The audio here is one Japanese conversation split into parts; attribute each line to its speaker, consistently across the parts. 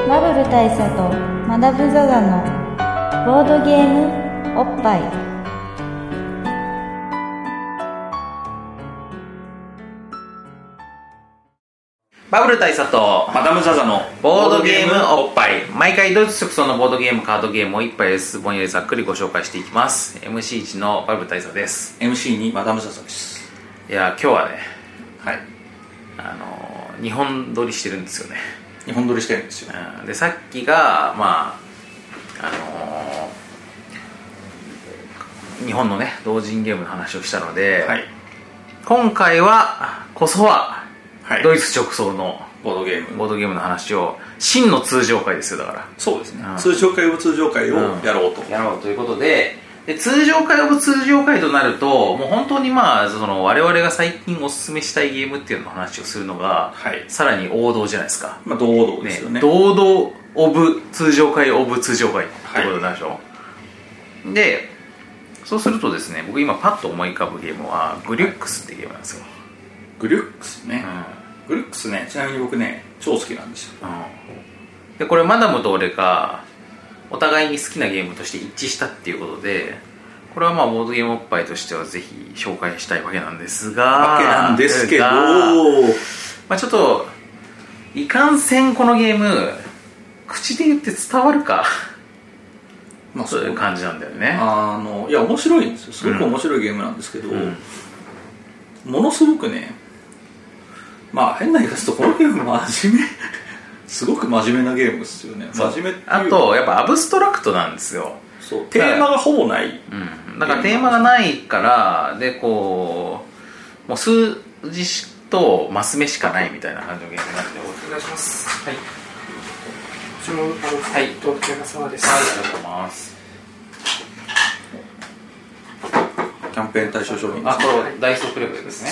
Speaker 1: 大佐とマダム・ザ・ザのボードゲームおっぱい
Speaker 2: バブル大佐と
Speaker 3: マダム・ザ・ザの
Speaker 2: ボードゲームおっぱい毎回ドイツ直送のボードゲームカードゲームを一杯ですぼんやりざっくりご紹介していきます MC1 のバブル大佐です
Speaker 3: MC にマダム・ザ・ザです
Speaker 2: いや今日はね
Speaker 3: はい
Speaker 2: あのー日本撮りしてるんですよね、
Speaker 3: 日本撮りしてるんですよ
Speaker 2: うんでさっきがまああのー日本のね同人ゲームの話をしたので、
Speaker 3: はい
Speaker 2: 今回はこそは
Speaker 3: はい
Speaker 2: ドイツ直送の
Speaker 3: ボードゲーム
Speaker 2: ボードゲームの話を真の通常回ですよだから
Speaker 3: そうですね
Speaker 2: うん
Speaker 3: 通常会を通常会をやろうと、
Speaker 2: やろうということでで通常会を通常会となるともう本当にまあその我々が最近おすすめしたいゲームっていうのの話をするのが、
Speaker 3: はい
Speaker 2: さらに王道じゃないですか、
Speaker 3: まあ堂々で
Speaker 2: ね
Speaker 3: すよね
Speaker 2: 堂々オブ通常会オブ通常会ってことなんでしょ、でそうするとですね僕今パッと思い浮かぶゲームはグリュックスってゲームなんですよ、
Speaker 3: グリュックスね、
Speaker 2: うん
Speaker 3: グリュックスねちなみに僕ね超好きなんですよ
Speaker 2: うんでこれマダムと俺がお互いに好きなゲームとして一致したっていうことでこれはまあボードゲームおっぱいとしてはぜひ紹介したいわけなんですが
Speaker 3: わけなんですけど
Speaker 2: がまあ、ちょっといかんせんこのゲーム口で言って伝わるか
Speaker 3: まあ
Speaker 2: そういう感じなんだよね
Speaker 3: あのいや面白いんですよすごく面白いゲームなんですけど、
Speaker 2: ん
Speaker 3: ものすごくねまあ変な言い方するとこのゲーム真面目 すごく真面目なゲームですよね真面目っていう
Speaker 2: あとやっぱアブストラクトなんですよ
Speaker 3: そうテーマがほぼない
Speaker 2: うん、だからテーマがないからでこうもう数字とマス目しかないみたいな感じのゲームなんで
Speaker 4: お願いします。
Speaker 2: はい。
Speaker 4: 注文あの、
Speaker 2: はい
Speaker 4: 東京が沢です。
Speaker 2: ありがとうございます
Speaker 3: キャンペーン対象商品
Speaker 2: あこれダイソープレブルですね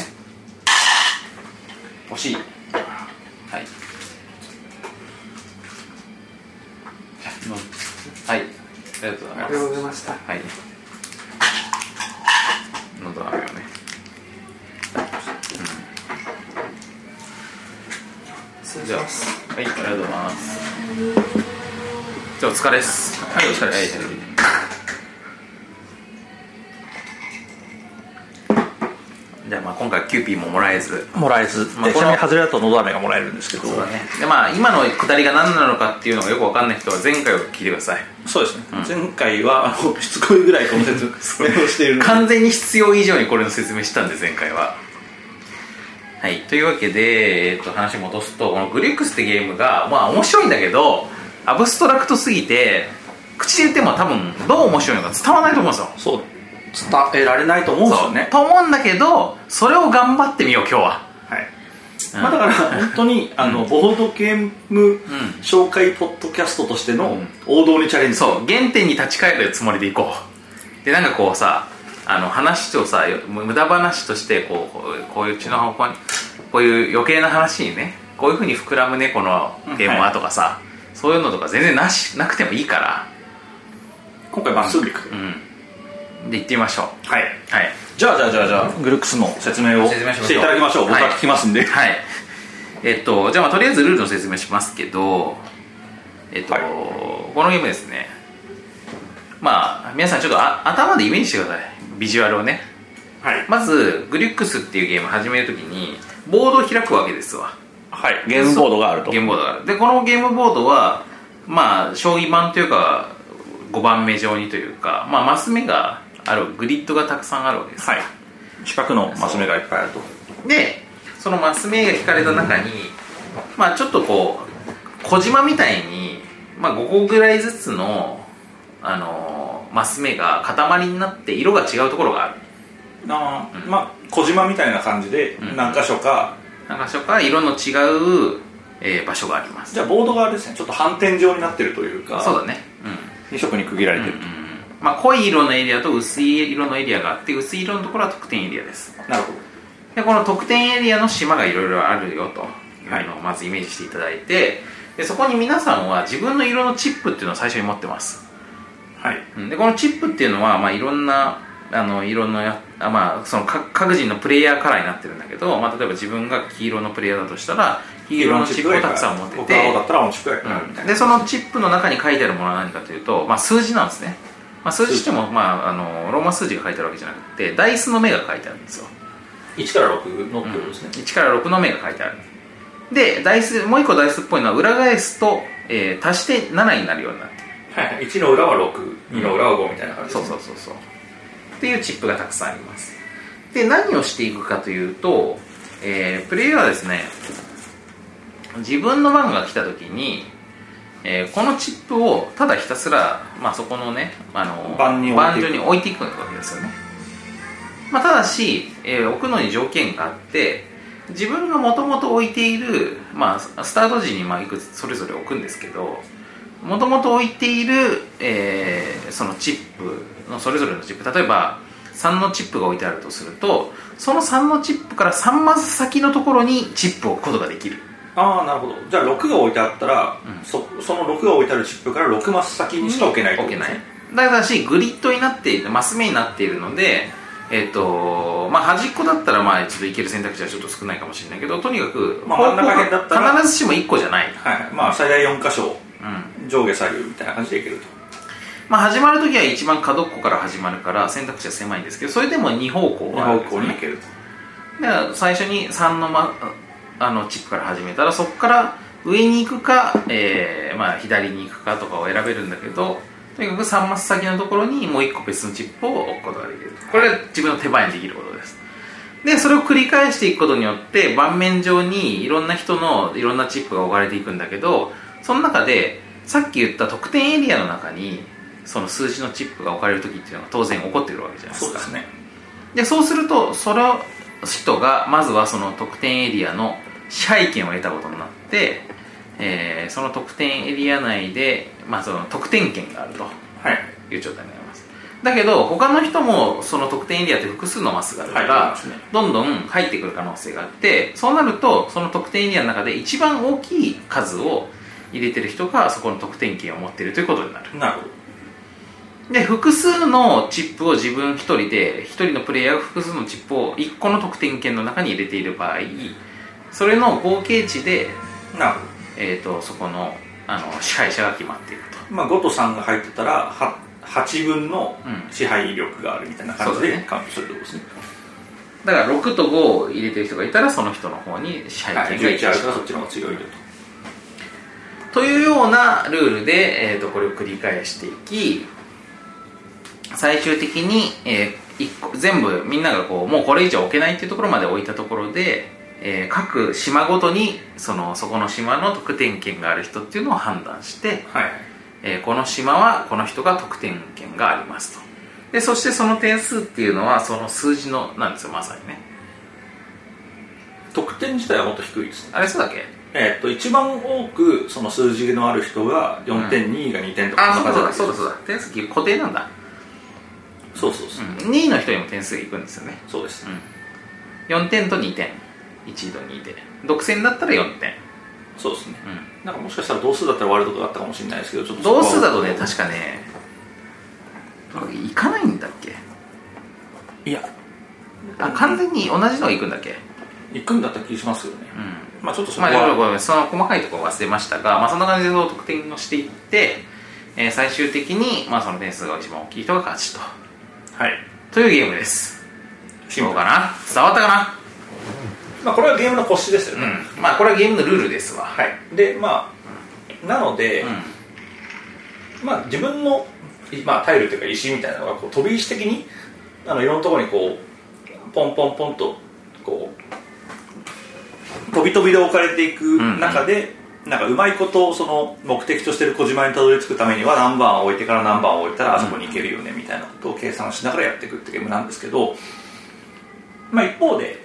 Speaker 2: 惜しいはいはいありがとうございま
Speaker 4: ありがとう
Speaker 2: す
Speaker 4: ございました。
Speaker 2: はい喉飴をね、
Speaker 4: 失
Speaker 2: うん
Speaker 4: 礼
Speaker 2: じ
Speaker 4: し
Speaker 2: ゃあ
Speaker 4: ます。
Speaker 2: はいありがとうございますじゃあお疲れですはいお疲れです、じゃあまあ今回キューピーももらえず
Speaker 3: もらえず、
Speaker 2: まあ
Speaker 3: で
Speaker 2: この
Speaker 3: ちなみに外れだとのど飴がもらえるんですけど
Speaker 2: そうだねでまあ今のくだりが何なのかっていうのがよく分かんない人は前回を聞いてください
Speaker 3: そうですね、前回はあのしつこいぐらいこの説明をしているので
Speaker 2: 完全に必要以上にこれの説明したんで前回ははいというわけで、えっと話戻すとこのグリュックスってゲームがまあ面白いんだけどアブストラクトすぎて口で言っても多分どう面白いのか伝わらないと思うんですよ
Speaker 3: そう伝えられないと思うんですよね
Speaker 2: と思うんだけどそれを頑張ってみよう今日は
Speaker 3: はい
Speaker 2: うん
Speaker 3: まあ、だから本当にあのボードゲーム紹介ポッドキャストとして
Speaker 2: う
Speaker 3: の
Speaker 2: ん
Speaker 3: 王道にチャレンジ
Speaker 2: そう原点に立ち返るつもりでいこうでなんかこうさあの話をさ無駄話としてこうこうこういううちの方向にこういう余計な話にねこういうふうに膨らむねこのゲームはとかさ、そういうのとか全然なしなくてもいいから
Speaker 3: 今回まっすぐいく、
Speaker 2: うんで行ってみましょう
Speaker 3: はい
Speaker 2: はい
Speaker 3: じゃあじゃあじゃあじゃあグルックスの説明を
Speaker 2: 説明しましょう
Speaker 3: していただきましょう僕は聞きますんで、
Speaker 2: はいえっとじゃあまあとりあえずルールの説明しますけどえっと、
Speaker 3: はい
Speaker 2: このゲームですねまあ皆さんちょっとあ頭でイメージしてくださいビジュアルをね
Speaker 3: はい
Speaker 2: まずグリュックスっていうゲーム始めるときにボードを開くわけですわ
Speaker 3: はい、ゲームボードがあると
Speaker 2: ゲームボードがあるでこのゲームボードはまあ将棋盤というか5番目上にというかまあマス目があるグリッドがたくさんあるわけです、
Speaker 3: はい四角のマス目がいっぱいあると
Speaker 2: でそのマス目が引かれた中にまあちょっとこう小島みたいに、まあ、5個ぐらいずつのあのーマス目が塊になって色が違うところがある
Speaker 3: あーまあ小島みたいな感じで
Speaker 2: ん
Speaker 3: 何箇所か、
Speaker 2: 何箇所か色の違う、えー場所があります
Speaker 3: じゃあボードがですねちょっと反転状になってるというか
Speaker 2: そうだねうん
Speaker 3: 2色に区切られてると、
Speaker 2: まあ、濃い色のエリアと薄い色のエリアがあって薄い色のところは得点エリアです
Speaker 3: なるほど
Speaker 2: でこの得点エリアの島がいろいろあるよというのをまずイメージしていただいてでそこに皆さんは自分の色のチップっていうのを最初に持ってます
Speaker 3: はい
Speaker 2: うんでこのチップっていうのは、まあ、いろんなあの色のやあまあそのか各人のプレイヤーカラーになってるんだけど、まあ、例えば自分が黄色のプレイヤーだとしたら黄色のチップをたくさん持って
Speaker 3: 僕が青だ
Speaker 2: て、
Speaker 3: ったら青チップやからみた
Speaker 2: う
Speaker 3: い
Speaker 2: ん、
Speaker 3: な
Speaker 2: でそのチップの中に書いてあるものは何かというと、まあ、数字なんですね、まあ、数字っても、まあ、あのローマ数字が書いてあるわけじゃなくてダイスの目が書いてあるんですよ
Speaker 3: 1から6のってことですね、
Speaker 2: 1から6の目が書いてあるでダイスもう一個ダイスっぽいのは裏返すと、えー足して7になるようになってる
Speaker 3: はい はい1の裏は6、2の裏は5みたいな感じ
Speaker 2: そうそうそうそうっていうチップがたくさんありますで何をしていくかというと、えープレイヤーはですね自分の番が来た時に、えーこのチップをただひたすら、まあ、そこのねあの
Speaker 3: 盤に置いてい
Speaker 2: 上
Speaker 3: く
Speaker 2: に置いていくわけですよね、まあ、ただし、えー置くのに条件があって自分がもともと置いている、まあ、スタート時にまあいくつそれぞれ置くんですけどもともと置いている、えーそのチップのそれぞれのチップ例えば3のチップが置いてあるとするとその3のチップから3マス先のところにチップを置くことができる
Speaker 3: ああなるほどじゃあ6が置いてあったら、
Speaker 2: うん
Speaker 3: そその6が置いてあるチップから6マス先にしか置けないってこ
Speaker 2: 置
Speaker 3: と
Speaker 2: け
Speaker 3: で
Speaker 2: な
Speaker 3: す
Speaker 2: い
Speaker 3: ね
Speaker 2: だからしグリッドになっているマス目になっているのでえっ、とまあ端っこだったらまあちょっといける選択肢はちょっと少ないかもしれないけどとにかく、
Speaker 3: まあ
Speaker 2: 方向
Speaker 3: 真ん中辺だったら
Speaker 2: 必ずしも1個じゃない、
Speaker 3: はいはいまあ最大4箇所
Speaker 2: うん、
Speaker 3: 上下左右みたいな感じでいけると
Speaker 2: まあ、始まるときは一番角っこから始まるから選択肢は狭いんですけどそれでも2方向
Speaker 3: 2
Speaker 2: はあるんです
Speaker 3: 方向
Speaker 2: よね
Speaker 3: に行けると
Speaker 2: だから最初に3の、ま、あのチップから始めたらそこから上に行くか、えーまあ、左に行くかとかを選べるんだけどとにかく3マス先のところにもう1個別のチップを置くことができるこれが自分の手番にできることですでそれを繰り返していくことによって盤面上にいろんな人のいろんなチップが置かれていくんだけどその中でさっき言った得点エリアの中にその数字のチップが置かれる時っていうのが当然起こってくるわけじゃないですか
Speaker 3: そうですね
Speaker 2: でそうするとその人がまずはその得点エリアの支配権を得たことになって、えーその得点エリア内で、まあ、その得点権があると
Speaker 3: はい
Speaker 2: いう状態になりますだけど他の人もその得点エリアって複数のマスがあるから、
Speaker 3: はいそうですね
Speaker 2: どんどん入ってくる可能性があってそうなるとその得点エリアの中で一番大きい数を入れてる人がそこの得点権を持っているということになる
Speaker 3: なるほ
Speaker 2: で複数のチップを自分一人で一人のプレイヤーが複数のチップを1個の得点圏の中に入れている場合それの合計値で、
Speaker 3: どなるほど
Speaker 2: えー、とそこのあの支配者が決まっていくと
Speaker 3: まあ、5と3が入ってたらは8分の
Speaker 2: うん
Speaker 3: 支配力があるみたいな感じ
Speaker 2: そうだ
Speaker 3: で
Speaker 2: ね
Speaker 3: カウントするってことですね
Speaker 2: だから6と5を入れてる人がいたらその人の方に支配
Speaker 3: はい、
Speaker 2: 権がいっ
Speaker 3: 11
Speaker 2: ちゃ
Speaker 3: あ
Speaker 2: う
Speaker 3: るからそっちの方が強いよ
Speaker 2: というようなルールで、えー、とこれを繰り返していき最終的に、えー一個全部みんながこうもうこれ以上置けないっていうところまで置いたところで、えー各島ごとにそのそこの島の得点権がある人っていうのを判断して、
Speaker 3: とはい
Speaker 2: えーこの島はこの人が得点権がありますとでそしてその点数っていうのはその数字のなんですよまさにね
Speaker 3: 得点自体はもっと低いですね
Speaker 2: あれそうだっけ
Speaker 3: えーっと一番多くその数字のある人が4.2が2点とか、
Speaker 2: あそうだそうだ
Speaker 3: そ
Speaker 2: そうう
Speaker 3: だ
Speaker 2: だそうだ点数固定なんだ、、
Speaker 3: そうそうそううん
Speaker 2: 2位の人にも点数いくんですよね
Speaker 3: そうですね
Speaker 2: 4点と2点1位と2点独占だったら4点、
Speaker 3: そうですねなんかもしかしたら同数だったら割るとかあったかもしれないですけどちょっとそこは
Speaker 2: 同数だとね確かねいかないんだっけ
Speaker 3: いや
Speaker 2: あ完全に同じのがいくんだっけ
Speaker 3: 行くんだった気がしますけどね
Speaker 2: うん
Speaker 3: まあちょっとそこ
Speaker 2: ま
Speaker 3: は、
Speaker 2: あ、ごめんごめんその細かいところは忘れましたが、まあ、そんな感じでそう得点をしていって、えー最終的に、まあ、その点数が一番大きい人が勝ちと
Speaker 3: はい
Speaker 2: というゲームです
Speaker 3: シン
Speaker 2: ど
Speaker 3: プ
Speaker 2: うか
Speaker 3: ル
Speaker 2: な伝わったか
Speaker 3: まあこれはゲームの腰ですよね、
Speaker 2: なうんまあこれはゲームのルールですわ
Speaker 3: はいでまあなので、
Speaker 2: うん
Speaker 3: まあ、自分の、いまあ、タイルというか石みたいなのがこう飛び石的にあのいろんなところにこうポンポンポンとこう飛び飛びで置かれていく中で、なんかうまいことをその目的としてる小島にたどり着くためには何番を置いてから何番を置いたらあそこに行けるよねみたいなことを計算しながらやっていくってゲームなんですけど、まあ、一方で、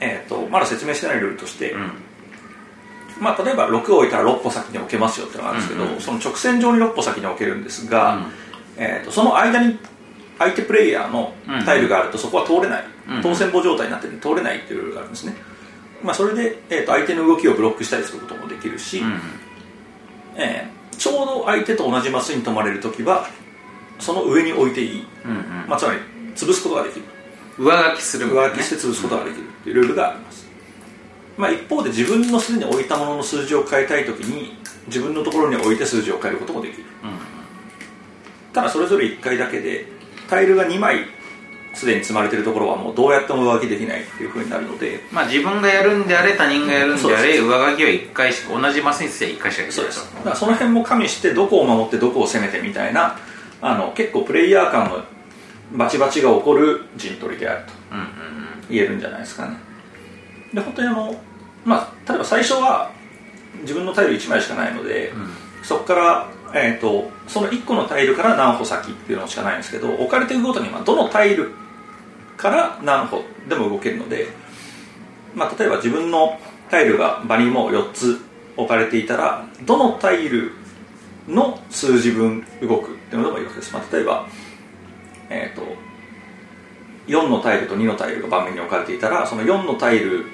Speaker 3: えー、とまだ説明してないルールとして、
Speaker 2: うん
Speaker 3: まあ、例えば6を置いたら6歩先に置けますよってのがあるんですけど、
Speaker 2: うんうん
Speaker 3: その直線上に6歩先に置けるんですが、
Speaker 2: うん
Speaker 3: えー、とその間に相手プレイヤーの
Speaker 2: うん
Speaker 3: タイルがあるとそこは通れない、
Speaker 2: うん
Speaker 3: 当選簿状態になってるんで通れないっていうルールがあるんですね、まあ、それで、えー、と相手の動きをブロックしたりすることもできるし、
Speaker 2: うん
Speaker 3: えーちょうど相手と同じマスに止まれるときはその上に置いていい、
Speaker 2: うんうん
Speaker 3: まあ、つまり潰すことができる
Speaker 2: 上書きするみたいな
Speaker 3: 上書
Speaker 2: ね
Speaker 3: きして潰すことができるというルールがあります、まあ、一方で自分のすでに置いたものの数字を変えたいときに自分のところに置いて数字を変えることもできる、ただそれぞれ1回だけでタイルが2枚すでに積まれてるところはもうどうやっても上書きできないっていうふうになるので
Speaker 2: まあ自分がやるんであれ他人がやるんであれ
Speaker 3: そう
Speaker 2: 上書きは一回しか同じマスについて1回しかできない
Speaker 3: だからその辺も加味してどこを守ってどこを攻めてみたいなあの結構プレイヤー間のバチバチが起こる陣取りであると
Speaker 2: うんうん
Speaker 3: 言えるんじゃないですかねで本当にあのまあ例えば最初は自分のタイル1枚しかないので、
Speaker 2: ん
Speaker 3: そこから、えー、とその1個のタイルから何歩先っていうのしかないんですけど置かれていくごとにまあどのタイルから何歩でも動けるので、まあ、例えば自分のタイルが場にもう4つ置かれていたらどのタイルの数字分動くっていうのでもいいわけです、まあ、例えば、えー、と4のタイルと2のタイルが盤面に置かれていたらその4のタイル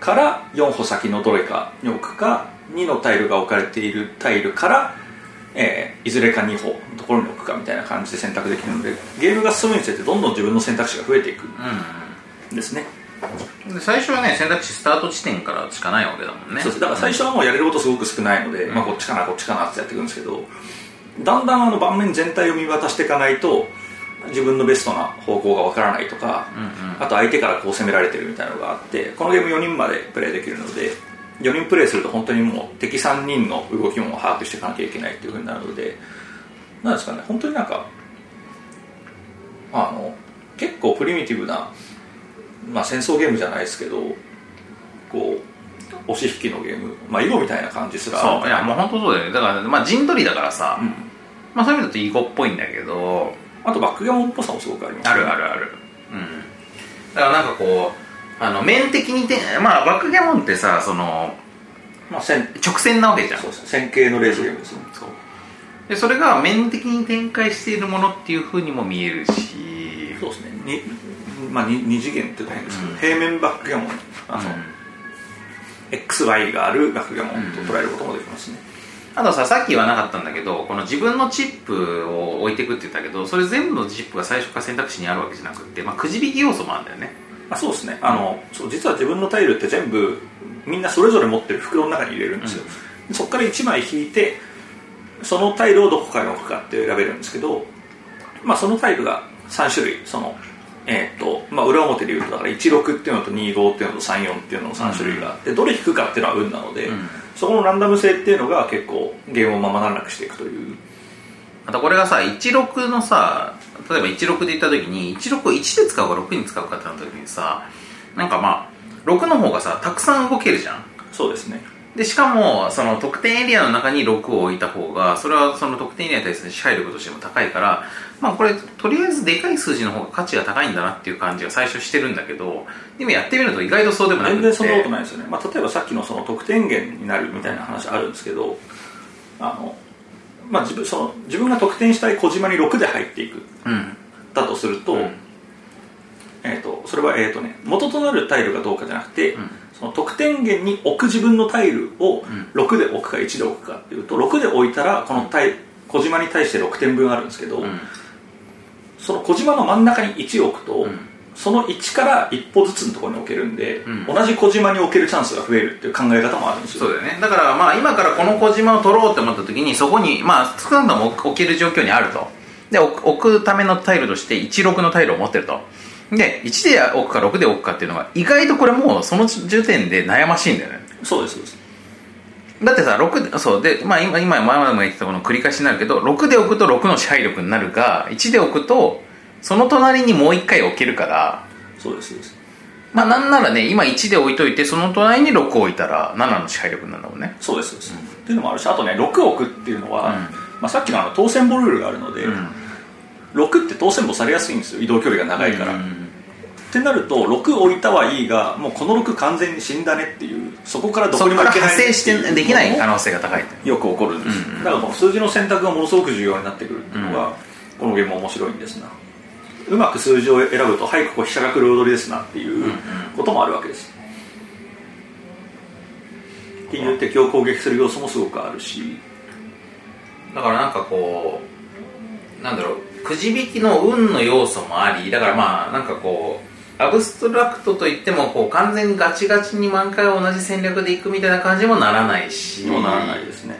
Speaker 3: から4歩先のどれかに置くか2のタイルが置かれているタイルから、えーいずれか2歩のところに置くかみたいな感じで選択できるのでゲームが進むにつれてどんどん自分の選択肢が増えていく
Speaker 2: うん
Speaker 3: んですね
Speaker 2: うんで最初はね選択肢スタート地点からしかないわけだもんね
Speaker 3: そうですだから最初はもうやれることすごく少ないので、まあ、こっちかなこっちかなってやっていくんですけどだんだんあの盤面全体を見渡していかないと自分のベストな方向がわからないとか、
Speaker 2: うんうん
Speaker 3: あと相手からこう攻められてるみたいなのがあってこのゲーム4人までプレイできるので4人プレイすると本当にもう敵3人の動きも把握していかなきゃいけないっていうふうになるのでなんですかね本当になんかあの結構プリミティブな、まあ、戦争ゲームじゃないですけどこう押し引きのゲームまあ囲碁みたいな感じすら
Speaker 2: そういやもう本当そうだよねだから、まあ、陣取りだからさ、
Speaker 3: うん
Speaker 2: まあそういう意味だと囲碁っぽいんだけど
Speaker 3: あとバックギャモンっぽさもすごくあります
Speaker 2: あるあるあるうんだからなんかこうあの面的にてまあバックギャモンってさその
Speaker 3: まあ、線
Speaker 2: 直線なわけじゃん
Speaker 3: そうですね線形のレースゲームですね
Speaker 2: そうでそれが面的に展開しているものっていうふうにも見えるし
Speaker 3: そうですねに、まあ、に二次元って大変ですけど、
Speaker 2: うん
Speaker 3: 平面バックギャモンあの、
Speaker 2: うん
Speaker 3: XY があるバックギャモンと捉えることもできますね、
Speaker 2: あとささっきはなかったんだけどこの自分のチップを置いていくって言ったけどそれ全部のチップが最初から選択肢にあるわけじゃなくって、まあ、くじ引き要素もあるんだよね
Speaker 3: あそうですねあのそう実は自分のタイルって全部みんなそれぞれ持ってる袋の中に入れるんですよ、そこから1枚引いてそのタイルをどこかに置くかって選べるんですけど、まあ、そのタイルが3種類その、えーとまあ、裏表で言うとだから16っていうのと25っていうのと34っていうのの3種類があって、どれ引くかっていうのは運なので、
Speaker 2: うん
Speaker 3: そこのランダム性っていうのが結構ゲームをままならなくしていくという
Speaker 2: あとこれがさ16のさ例えば16で言った時に16を1で使うか6に使うかってなった時にさなんかまあ6の方がさたくさん動けるじゃん
Speaker 3: そうですね
Speaker 2: でしかもその得点エリアの中に6を置いた方がそれはその得点エリアに対する支配力としても高いからまあこれとりあえずでかい数字の方が価値が高いんだなっていう感じが最初してるんだけどでもやってみると意外とそうでもなくて
Speaker 3: 全然そんなことないですよね、まあ、例えばさっきのその得点源になるみたいな話あるんですけどあの、まあ、自分その自分が得点したい小島に6で入っていく
Speaker 2: うん
Speaker 3: だとすると,、
Speaker 2: うん
Speaker 3: えー、とそれは、えーとね、元となるタイルがどうかじゃなくて、
Speaker 2: ん
Speaker 3: その得点源に置く自分のタイルを6で置くか1で置くかっていうと6で置いたらこのタイ小島に対して6点分あるんですけど、
Speaker 2: うん
Speaker 3: その小島の真ん中に1を置くと、
Speaker 2: ん
Speaker 3: その1から1歩ずつのところに置けるんで、
Speaker 2: うん
Speaker 3: 同じ小島に置けるチャンスが増えるっていう考え方もあるんですよ
Speaker 2: そうだよねだからまあ今からこの小島を取ろうって思った時にそこにまあ少なくとも置ける状況にあるとで置く置くためのタイルとして16のタイルを持ってるとで1で置くか6で置くかっていうのが意外とこれもうその時点で悩ましいんだよね
Speaker 3: そうですそうです
Speaker 2: だってさ6でそうで、まあ、今今前までも言ってたこの繰り返しになるけど6で置くと6の支配力になるが1で置くとその隣にもう1回置けるから
Speaker 3: そうですそうです
Speaker 2: まあなんならね今1で置いといてその隣に6を置いたら7の支配力になるんだもんね
Speaker 3: そうですそうです、っていうのもあるしあとね6を置くっていうのは、
Speaker 2: うん
Speaker 3: まあ、さっきのあの当選簿ルールがあるので、
Speaker 2: うん
Speaker 3: 6って当選簿されやすいんですよ移動距離が長いから、
Speaker 2: う
Speaker 3: っ
Speaker 2: ん
Speaker 3: てなると6置いたはいいがもうこの6完全に死んだねっていうそこからど
Speaker 2: そこ
Speaker 3: こに
Speaker 2: か
Speaker 3: も
Speaker 2: ら
Speaker 3: 行けない
Speaker 2: 派生してできない可
Speaker 3: ら
Speaker 2: 能性が高い
Speaker 3: よく起こるんです、だからこの数字の選択がものすごく重要になってくるっていうのが、このゲーム面白いんですなうまく数字を選ぶとはいここ飛車角両取りですなっていうこともあるわけです、っていう敵を攻撃する要素もすごくあるし
Speaker 2: だからなんかこうなんだろうくじ引きの運の要素もありだからまあなんかこうアブストラクトといってもこう完全にガチガチに満開を同じ戦略でいくみたいな感じにもならないし
Speaker 3: もうならないですね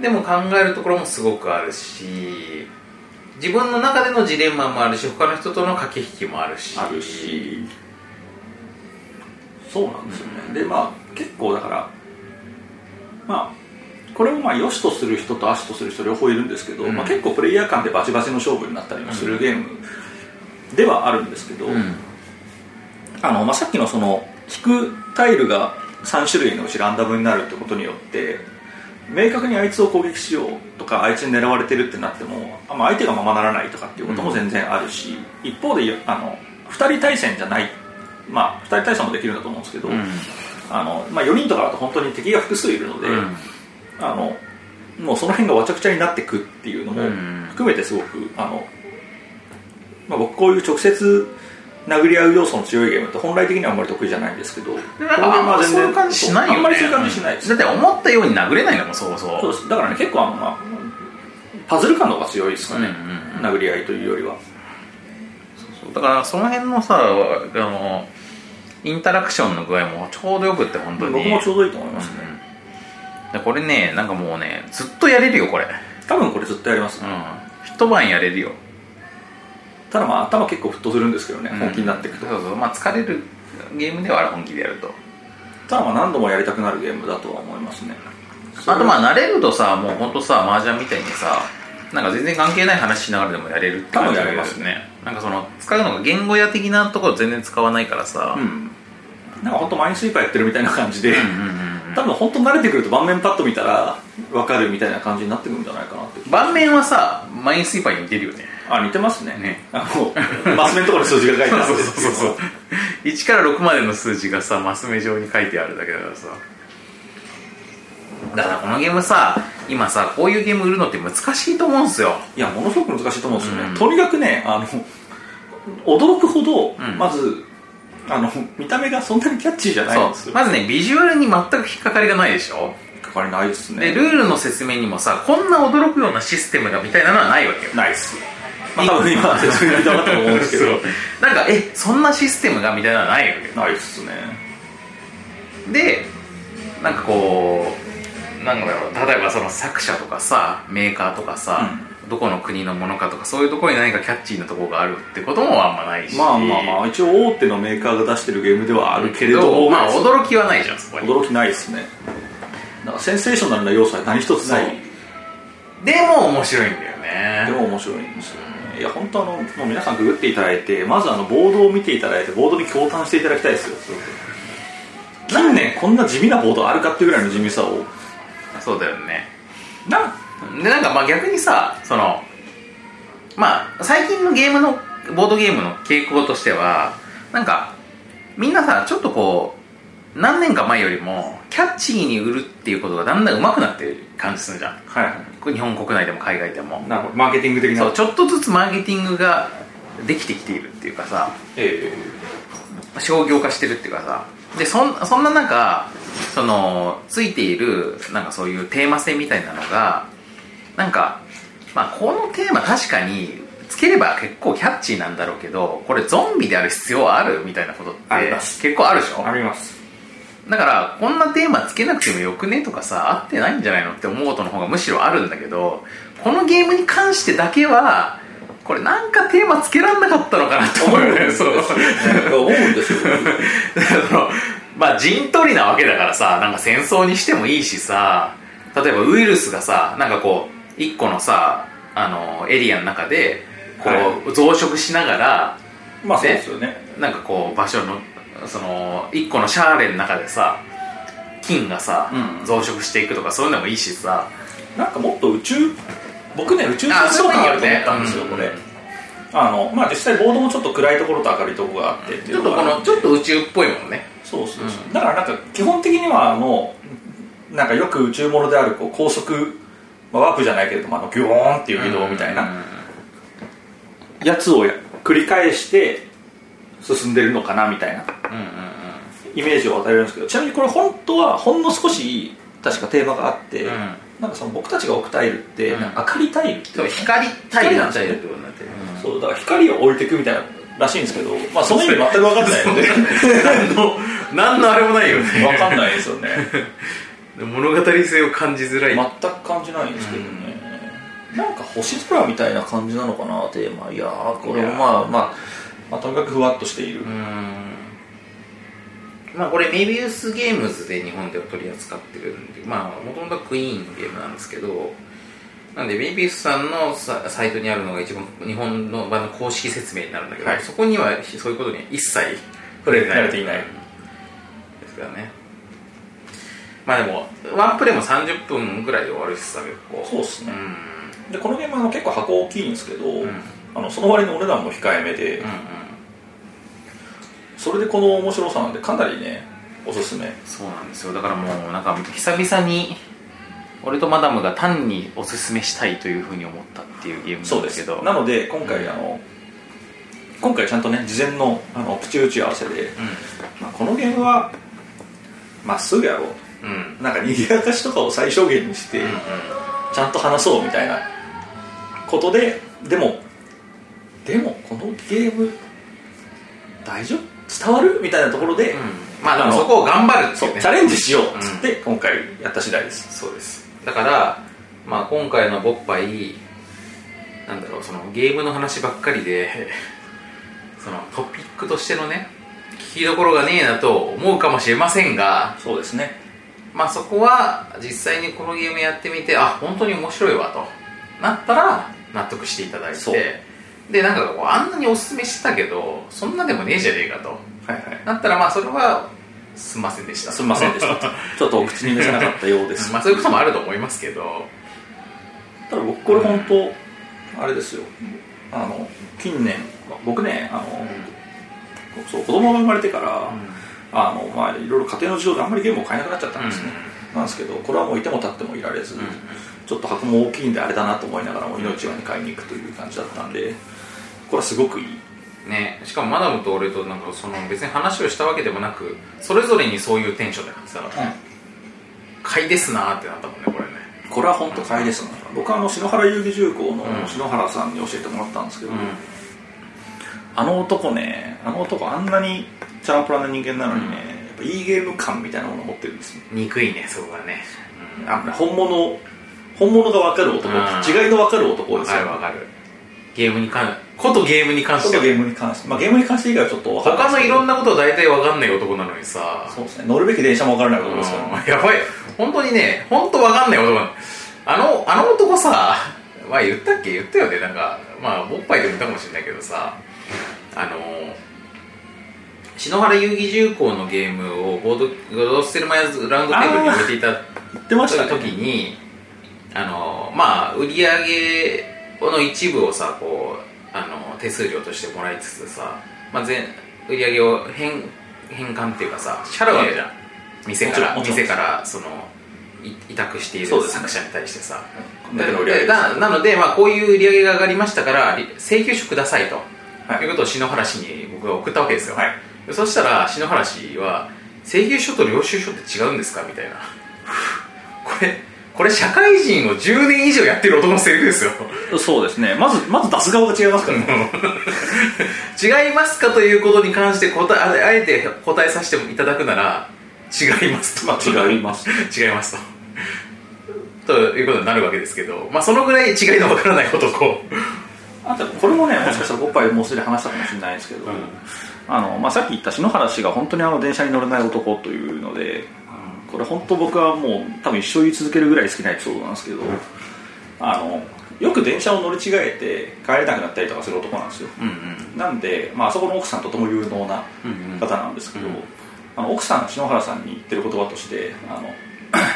Speaker 2: でも考えるところもすごくあるし自分の中でのジレンマもあるし他の人との駆け引きもあるし
Speaker 3: あるしそうなんですよねでまあ結構だからまあこれをまあ良しとする人と悪しとする人両方いるんですけど、
Speaker 2: うん
Speaker 3: まあ、結構プレイヤー間でバチバチの勝負になったりもするゲームではあるんですけど、
Speaker 2: うん
Speaker 3: あのまあ、さっきのその引くタイルが3種類のうちランダムになるってことによって明確にあいつを攻撃しようとかあいつに狙われてるってなっても、あまあ、相手がままならないとかっていうことも全然あるし、一方であの2人対戦じゃない、まあ、2人対戦もできるんだと思うんですけど、
Speaker 2: うん
Speaker 3: あのまあ、4人とかだと本当に敵が複数いるので、
Speaker 2: うん
Speaker 3: あのもうその辺がわちゃくちゃになってくっていうのも
Speaker 2: うん
Speaker 3: 含めてすごくあの、まあ、僕こういう直接殴り合う要素の強いゲームって本来的にはあんまり得意じゃないんですけどこれ
Speaker 2: なんかあんまりそういう感じしないよ、ね、
Speaker 3: あんまりそういう感じしないです、
Speaker 2: だって思ったように殴れないのもそもそも
Speaker 3: そうですだからね結構あの、まあ、パズル感の方が強いですかね、
Speaker 2: うん
Speaker 3: 殴り合いというよりは
Speaker 2: そうだからその辺のさあのインタラクションの具合もちょうどよくって本当
Speaker 3: 僕
Speaker 2: に
Speaker 3: もちょうどいいと思いますね、
Speaker 2: うんでこれねなんかもうねずっとやれるよこれうん
Speaker 3: 多分これずっとやります、
Speaker 2: 一晩やれるよ
Speaker 3: ただまあ頭結構沸騰するんですけどね、本気になっていくと
Speaker 2: そうそうまあ疲れるゲームではあれ本気でやると
Speaker 3: ただまあ何度もやりたくなるゲームだとは思いますね
Speaker 2: あとまあ慣れるとさもう本当さ麻雀みたいにさなんか全然関係ない話しながらでもやれるって感じ
Speaker 3: 多分やれます
Speaker 2: ねなんかその使うのが言語や的なところ全然使わないからさ、
Speaker 3: うん、なんか本当マインスイーパーやってるみたいな感じで、
Speaker 2: うんうんうん
Speaker 3: 多分本当慣れてくると盤面パッと見たら分かるみたいな感じになってくるんじゃないかなって
Speaker 2: 盤面はさマインスイーパーに似てるよね
Speaker 3: あ似てますね
Speaker 2: ね
Speaker 3: あのマス目のところに数字が書いてあるんですけど
Speaker 2: 1から6までの数字がさマス目状に書いてあるだけだからさだからこのゲームさ今さこういうゲーム売るのって難しいと思うんすよ
Speaker 3: いやものすごく難しいと思うんですよね、
Speaker 2: うん
Speaker 3: とにかくねあの驚くほど、
Speaker 2: ん
Speaker 3: まずあの見た目がそんなにキャッチーじゃないんです
Speaker 2: そう
Speaker 3: よ、
Speaker 2: まずねビジュアルに全く引っかかりがないでしょ
Speaker 3: 引っかかりないです
Speaker 2: で
Speaker 3: ね
Speaker 2: ルールの説明にもさこんな驚くようなシステムがみたいなのはないわけよ
Speaker 3: ないですまあ多分今説明いただったと思うんですけ
Speaker 2: そ
Speaker 3: ど
Speaker 2: うなんかえそんなシステムがみたいなのはないわけよ
Speaker 3: ないですね
Speaker 2: でなんかこうなんだろう例えばその作者とかさメーカーとかさ、どこの国のものかとかそういうところに何かキャッチーなところがあるってこともあんまないし
Speaker 3: まあまあまあ一応大手のメーカーが出してるゲームではあるけれども、
Speaker 2: まあ驚きはないじゃんそこに
Speaker 3: 驚きないですねなんかセンセーショナルな要素は何一つない
Speaker 2: でも面白いんだよね
Speaker 3: でも面白いんですよねいや本当あのもう皆さんググっていただいてまずあのボードを見ていただいてボードに共感していただきたいですよすごく近年こんな地味なボードあるかっていうぐらいの地味さを
Speaker 2: そうだよね
Speaker 3: なん
Speaker 2: でなんかまあ逆にさそのまあ最近のゲームのボードゲームの傾向としてはなんかみんなさちょっとこう何年か前よりもキャッチーに売るっていうことがだんだん上手くなってる感じするじゃん
Speaker 3: はい
Speaker 2: 日本国内でも海外でも
Speaker 3: なんかマーケティング的な
Speaker 2: そうちょっとずつマーケティングができてきているっていうかさ
Speaker 3: え
Speaker 2: 商業化してるっていうかさでそんそんな中そのついているなんかそういうテーマ性みたいなのがなんか、まあ、このテーマ確かにつければ結構キャッチーなんだろうけどこれゾンビである必要あるみたいなことって
Speaker 3: あります
Speaker 2: 結構あるでしょ
Speaker 3: あります
Speaker 2: だからこんなテーマつけなくてもよくねとかさ合ってないんじゃないのって思うことの方がむしろあるんだけどこのゲームに関してだけはこれなんかテーマつけらんなかったのかなって思うよねそう
Speaker 3: 思うんですよ
Speaker 2: そのまあ陣取りなわけだからさなんか戦争にしてもいいしさ例えばウイルスがさなんかこう一個のさあのエリアの中でこう増殖しながら
Speaker 3: まあそうですよね
Speaker 2: なんかこう場所のその一個のシャーレの中でさ菌がさ、
Speaker 3: うん
Speaker 2: 増殖していくとかそういうのもいいしさ
Speaker 3: なんかもっと宇宙僕ね宇宙
Speaker 2: あ
Speaker 3: 船
Speaker 2: そう
Speaker 3: と
Speaker 2: なんだ
Speaker 3: かあると思ったんですよ
Speaker 2: うん
Speaker 3: これあのまあ実際ボードもちょっと暗いところと明るいところがあってってい
Speaker 2: ちょ
Speaker 3: う
Speaker 2: っとこ
Speaker 3: があ
Speaker 2: の
Speaker 3: る
Speaker 2: ちょっと宇宙っぽいもんね
Speaker 3: そうそうそうだからなんか基本的にはあのなんかよく宇宙ものであるこう高速、まあ、ワープじゃないけれどもあのギューンっていう移動みたいなやつをや繰り返して進んでるのかなみたいな
Speaker 2: うんうんうん
Speaker 3: イメージを与えるんですけどちなみにこれ本当はほんの少し確かテーマがあって、
Speaker 2: うん
Speaker 3: なんかその僕たちが置くタイルって、
Speaker 2: うん
Speaker 3: 明かりタイルっていう
Speaker 2: そう
Speaker 3: の
Speaker 2: 光タイルなんだよっ
Speaker 3: 光なんですね
Speaker 2: てことになってる、
Speaker 3: そうだから光を置いていくみたいならしいんですけど、まあ、その意味全く分かんないので
Speaker 2: 何の何のあれもないよね
Speaker 3: 分かんないですよね
Speaker 2: 物語性を感じづらい、
Speaker 3: 全く感じないんですけどね、なんか星空みたいな感じなのかなテーマいやーこれもまあまあ、まあ、とにかくふわっとしている、
Speaker 2: うーんまあこれメビウスゲームズで日本では取り扱ってるんでまあもともとはクイーンのゲームなんですけどなんでメビウスさんのササイトにあるのが一番日本の版の公式説明になるんだけど、
Speaker 3: はい
Speaker 2: そこにはそういうことには一切
Speaker 3: 触れられていない
Speaker 2: ですからねまあでもワンプレイも30分ぐらいで終わるしさ結構
Speaker 3: そうっすね
Speaker 2: ん
Speaker 3: でこのゲームはあの結構箱大きいんですけど、
Speaker 2: ん
Speaker 3: あのその割のお値段も控えめ
Speaker 2: う
Speaker 3: で、
Speaker 2: んうん
Speaker 3: それでこの面白さなんでかなりねおすすめ
Speaker 2: そうなんですよだからもうなんか久々に俺とマダムが単におすすめしたいというふうに思ったっていうゲーム
Speaker 3: そ
Speaker 2: な
Speaker 3: うんで
Speaker 2: です
Speaker 3: す
Speaker 2: けど
Speaker 3: なので今
Speaker 2: う
Speaker 3: 回
Speaker 2: ん
Speaker 3: あの、今回ちゃんとね事前のあのプチ打ち合わせで、まあ、このゲームはまっすぐやろう
Speaker 2: うんうん
Speaker 3: なんか賑やかしとかを最小限にして、ちゃんと話そうみたいなことででもでもこのゲーム大丈夫伝わるみたいなところで、
Speaker 2: うんまあでもそこを頑張るって
Speaker 3: そ
Speaker 2: いう
Speaker 3: う
Speaker 2: ね
Speaker 3: チャレンジしようっつって、今回やった次第です
Speaker 2: そうですだから、まあ、今回のボッパイなんだろうそのゲームの話ばっかりでそのトピックとしてのね聞きどころがねえなと思うかもしれませんが
Speaker 3: そうですね
Speaker 2: まあそこは実際にこのゲームやってみてあ本当に面白いわとなったら納得していただい
Speaker 3: そう
Speaker 2: てでなんかこうあんなにおすすめしてたけどそんなでもねえじゃねえかと
Speaker 3: はいはい
Speaker 2: なったらまあそれはすんませんでした
Speaker 3: すみませんでしたちょっとお口に出せなかったようで す
Speaker 2: まあそういうこともあると思いますけど
Speaker 3: ただ僕これ本当あれですよあの近年僕ねあの、そう子供が生まれてから、あのまあいろいろ家庭の事情であんまりゲームを買えなくなっちゃったんですね、なんですけどこれはもういても立ってもいられず、ちょっと箱も大きいんであれだなと思いながらも命がに買いに行くという感じだったんでこれはすごくいい
Speaker 2: ね、しかもマダムと俺となんかその別に話をしたわけでもなくそれぞれにそういうテンションで買ってたから買いですなーってなったもんねこれね
Speaker 3: これは本当買いですね僕はあの篠原遊戯重工の
Speaker 2: うん
Speaker 3: 篠原さんに教えてもらったんですけど、
Speaker 2: う
Speaker 3: あの男ねあの男あんなにチャラプラな人間なのにね、やっぱいいゲーム感みたいなものを持ってるんですよ
Speaker 2: ん憎いねそこがね、うん、
Speaker 3: あのね本物本物が分かる男、
Speaker 2: うん
Speaker 3: 違いの分かる男で
Speaker 2: わ
Speaker 3: す
Speaker 2: か
Speaker 3: よ
Speaker 2: るわかるゲームに関ことゲームに関
Speaker 3: ち
Speaker 2: し
Speaker 3: ょってと
Speaker 2: は
Speaker 3: ゲームに関して、まあ、ゲームに関して以外はちょっと分からない
Speaker 2: 他のいろん
Speaker 3: な
Speaker 2: なこと大体わかんない男なのにさ
Speaker 3: そうですね乗るべき電車も分からないことですから、ね
Speaker 2: うんやばい本当にね本当わかんない男なのあのあの男さまあ言ったっけ言ったよねなんかまあおっぱいでも言ったかもしれないけどさあの篠原遊戯重工のゲームをボードゴードステルマイヤーズラウンドテーブルに置いていた
Speaker 3: 言ってましたね
Speaker 2: 時にあのまあ売り上げの一部をさこうあの手数料としてもらいつつさ、まあ、全売り上げを返返還っていうかさ支払うわけじゃん店から
Speaker 3: もちろんもちろん
Speaker 2: 店からそのい委託している
Speaker 3: そうです
Speaker 2: 作者に対してさ
Speaker 3: だけど売り上
Speaker 2: で
Speaker 3: げです
Speaker 2: ななので、まあ、こういう売り上げが上がりましたからり請求書くださいと、
Speaker 3: はい
Speaker 2: い、うことを篠原氏に僕が送ったわけですよ、
Speaker 3: はい
Speaker 2: でそしたら篠原氏は請求書と領収書って違うんですかみたいな これこれ社会人を10年以上やってる男のセリフですよ
Speaker 3: そうですねまずまず出す顔が違いますからね
Speaker 2: 違いますかということに関して答えああえて答えさせていただくなら違いますと、
Speaker 3: 違います
Speaker 2: 違いますと。ということになるわけですけど、まあ、そのぐらい違いのわからない男を
Speaker 3: あとこれもねもしかしたら5杯もうすでに話したかもしれないですけど、あのまあ、さっき言った篠原氏が本当にあの電車に乗れない男というので、これ本当僕はもう多分一生言い続けるぐらい好きなエピソードなんですけど、あのよく電車を乗り違えて帰れなくなったりとかする男なんですよ、
Speaker 2: うんうん
Speaker 3: なんで、まああそこの奥さんとても有能な
Speaker 2: うんうん
Speaker 3: 方なんですけど、
Speaker 2: うん
Speaker 3: あの奥さん篠原さんに言ってる言葉としてあの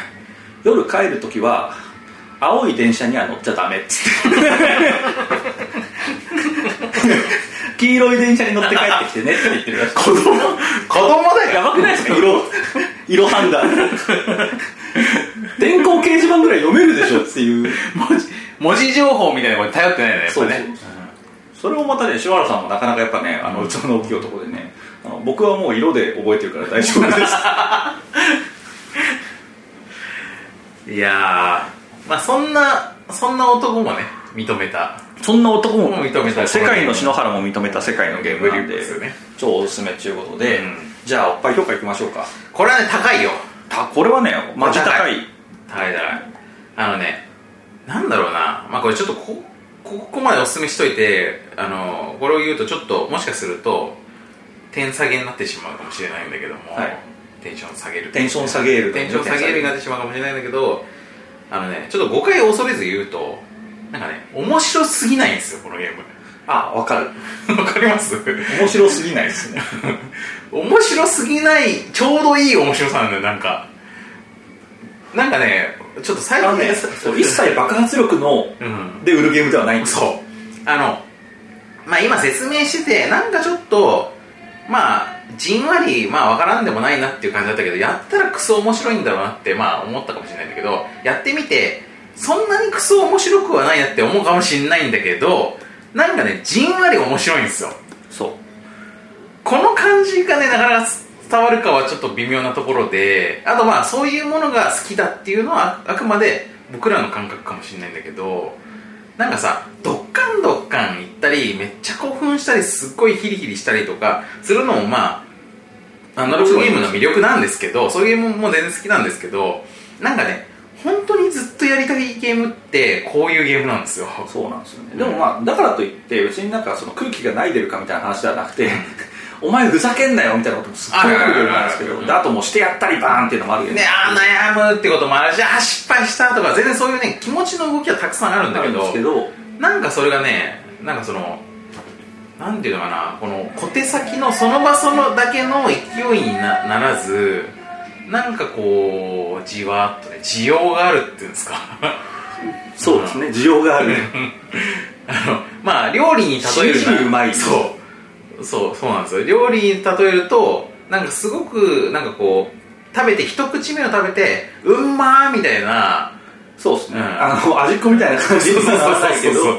Speaker 3: 夜帰る時は青い電車には乗っちゃダメっつって 黄色い電車に乗って帰ってきてねって言ってるらしい子供
Speaker 2: 子供だ
Speaker 3: やばくないですか色色判断 電光掲示板ぐらい読めるでしょっていう
Speaker 2: 文字文字情報みたいなことに頼ってないのよやっぱね
Speaker 3: それもまたね篠原さんもなかなかやっぱねあの器の大きい男でねあの僕はもう色で覚えてるから大丈夫です
Speaker 2: いやまあそんなそんな男もね認めた
Speaker 3: そんな男も
Speaker 2: もう認めた
Speaker 3: 世界の篠原も認めた世界のゲームなん
Speaker 2: ゲーム
Speaker 3: で
Speaker 2: ですよね
Speaker 3: 超おすすめということで、
Speaker 2: うん
Speaker 3: じゃあおっぱい評価いきましょうか
Speaker 2: これはね高いよ
Speaker 3: たこれはねマジ高い
Speaker 2: 高い高いあのねなんだろうなまあこれちょっとこここまでおすすめしといてあのこれを言うとちょっともしかすると点下げになってしまうかもしれないんだけども、
Speaker 3: はい
Speaker 2: テンション下げる
Speaker 3: テンション下げる
Speaker 2: テンション下げるになってしまうかもしれないんだけどあのねちょっと誤解を恐れず言うとなんかね面白すぎないんですよこのゲーム
Speaker 3: あわかる
Speaker 2: わかります
Speaker 3: 面白すぎないですね
Speaker 2: 面白すぎないちょうどいい面白さなんだよなんかなんかねちょっと最
Speaker 3: あの
Speaker 2: 近
Speaker 3: ねそう一切爆発力の
Speaker 2: うん
Speaker 3: で売るゲームではないんです
Speaker 2: そうあのまあ今説明しててなんかちょっとまあじんわりまあわからんでもないなっていう感じだったけどやったらクソ面白いんだろうなってまあ思ったかもしれないんだけどやってみてそんなにクソ面白くはないなって思うかもしれないんだけどなんかねじんわり面白いんですよ
Speaker 3: そう
Speaker 2: この感じがねなかなか伝わるかはちょっと微妙なところであとまあそういうものが好きだっていうのはああくまで僕らの感覚かもしれないんだけどなんかさドッカンドッカン行ったりめっちゃ興奮したりすっごいヒリヒリしたりとかするのもまあアナログゲームの魅力なんですけどそういうゲームも全然好きなんですけどなんかね本当にずっとやりたいゲームってこういうゲームなんですよ
Speaker 3: そうなんですよねでもまあだからといって別になんかその空気がないでるかみたいな話ではなくて お前ふざけんなよみたいなこともすっごいあるなんですけ
Speaker 2: あるあるあ
Speaker 3: ど
Speaker 2: る
Speaker 3: であともうしてやったりバーンっていうのもあるよ
Speaker 2: ね、あー悩むってこともあるしあー失敗したとか全然そういうね気持ちの動きはたくさんあるんだ
Speaker 3: あ
Speaker 2: け
Speaker 3: るんで
Speaker 2: ど
Speaker 3: すけど
Speaker 2: なんかそれがねなんかそのなんていうのかなこの小手先のその場そのだけの勢いになならずなんかこうじわっとね需要があるっていうんですか
Speaker 3: そうですね需要がある
Speaker 2: あのまあ料理に例える
Speaker 3: しみじみうまい
Speaker 2: そうそうそうなんですよ料理に例えるとなんかすごくなんかこう食べて一口目を食べてうんまーみたいな
Speaker 3: そうですね
Speaker 2: うん
Speaker 3: あの味っ子みたいな感じにならないけど
Speaker 2: だ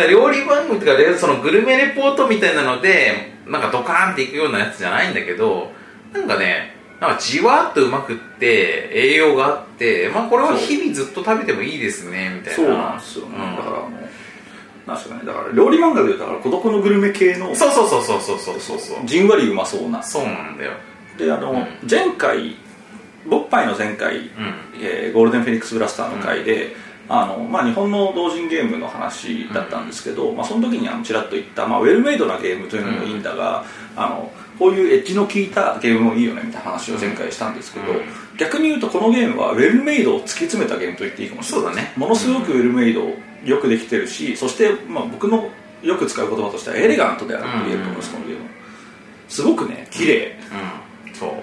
Speaker 2: から料理番組とかでそのグルメレポートみたいなのでなんかドカーンっていくようなやつじゃないんだけどなんかねなんかじわっとうまくって栄養があってまあこれは日々ずっと食べてもいいですねみたいな
Speaker 3: そうなんですよね
Speaker 2: う
Speaker 3: だからもうなんですかねだから料理漫画でいうとだから孤独のグルメ系の
Speaker 2: そうそうそうそうそうそうそうそう
Speaker 3: じんわりうまそうな
Speaker 2: そうなんだよ
Speaker 3: であの、
Speaker 2: うん
Speaker 3: 前回ボッパイの前回、
Speaker 2: うん
Speaker 3: えーゴールデンフェニックスブラスターの回で、あのまあ、日本の同人ゲームの話だったんですけど、まあ、その時にあのちらっと言った、まあ、ウェルメイドなゲームというのもいいんだが、あのこういうエッジの効いたゲームもいいよねみたいな話を前回したんですけど、
Speaker 2: うん
Speaker 3: 逆に言うとこのゲームはウェルメイドを突き詰めたゲームと言っていいかもしれな
Speaker 2: そ
Speaker 3: い
Speaker 2: うだね
Speaker 3: ものすごくウェルメイドよくできてるしそして、まあ、僕のよく使う言葉としてはエレガントであると言えると思います、
Speaker 2: うん
Speaker 3: このゲームはすごくね綺麗
Speaker 2: うんそう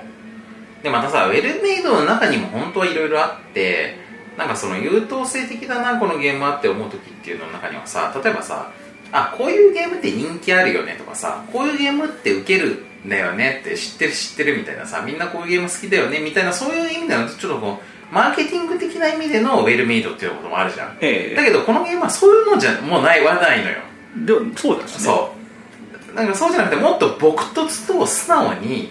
Speaker 2: でまたさウェルメイドの中にも本当はいろいろあってなんかその優等生的だなこのゲームはって思う時っていうのの中にはさ例えばさあこういうゲームって人気あるよねとかさこういうゲームってウケるんだよねって知ってる知ってるみたいなさみんなこういうゲーム好きだよねみたいなそういう意味でのちょっとこうマーケティング的な意味でのウェルメイドっていうこともあるじゃん
Speaker 3: え
Speaker 2: だけどこのゲームはそういうのじゃもうないはないのよ
Speaker 3: でもそうですね
Speaker 2: そうなんかそうじゃなくてもっと朴訥と素直に